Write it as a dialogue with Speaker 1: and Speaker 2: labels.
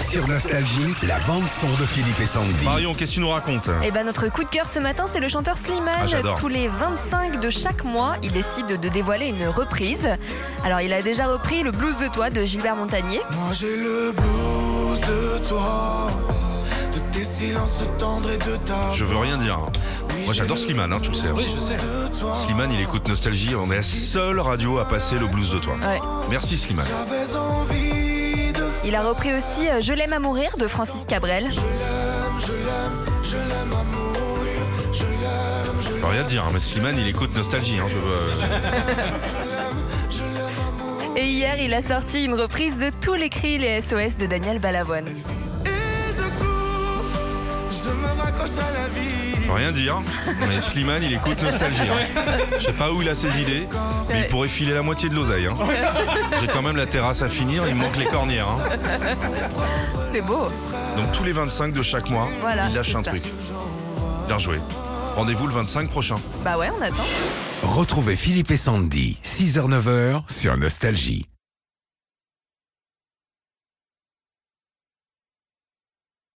Speaker 1: Sur Nostalgie, la bande-son de Philippe et Sandy.
Speaker 2: Marion, qu'est-ce que tu nous racontes
Speaker 3: Et ben notre coup de cœur ce matin, c'est le chanteur
Speaker 2: Ah,
Speaker 3: Slimane.
Speaker 2: j'adore.
Speaker 3: Tous les 25 de chaque mois, il décide de dévoiler une reprise. Alors, il a déjà repris le blues de toi de Gilbert Montagnier.
Speaker 4: Moi j'ai le blues de toi, de tes silences tendres et de ta.
Speaker 2: Je veux rien dire. Moi, j'adore Slimane, hein, tu le sais.
Speaker 4: je sais.
Speaker 2: Slimane, il écoute Nostalgie. On est la seule radio à passer le blues de toi.
Speaker 3: Ouais.
Speaker 2: Merci, Slimane.
Speaker 4: J'avais envie de.
Speaker 3: Il a repris aussi euh, Je l'aime à mourir de Francis Cabrel.
Speaker 4: Je l'aime, je l'aime, je l'aime à mourir. Je l'aime, je
Speaker 2: Je
Speaker 4: l'aime,
Speaker 2: veux rien dire, hein, mais Slimane, il écoute Nostalgie. hein, je veux- euh,
Speaker 4: je l'aime à mourir.
Speaker 3: Et hier, il a sorti une reprise de Tous les cris, les SOS de Daniel Balavoine.
Speaker 4: Et je cours, je me raccroche à la vie.
Speaker 2: je veux rien dire, mais Slimane, il écoute Nostalgie. hein. Je sais pas où il a ses idées, mais il pourrait filer la moitié de l'oseille. hein. J'ai quand même la terrasse à finir, il me manque les cornières. hein.
Speaker 3: C'est beau.
Speaker 2: Donc, tous les 25 de chaque mois,
Speaker 3: Voilà,
Speaker 2: il lâche
Speaker 3: c'est
Speaker 2: un
Speaker 3: ça.
Speaker 2: truc. Bien joué. Rendez-vous le 25 prochain.
Speaker 3: Bah ouais, on attend.
Speaker 1: Retrouvez Philippe et Sandy, 6h-9h, sur Nostalgie.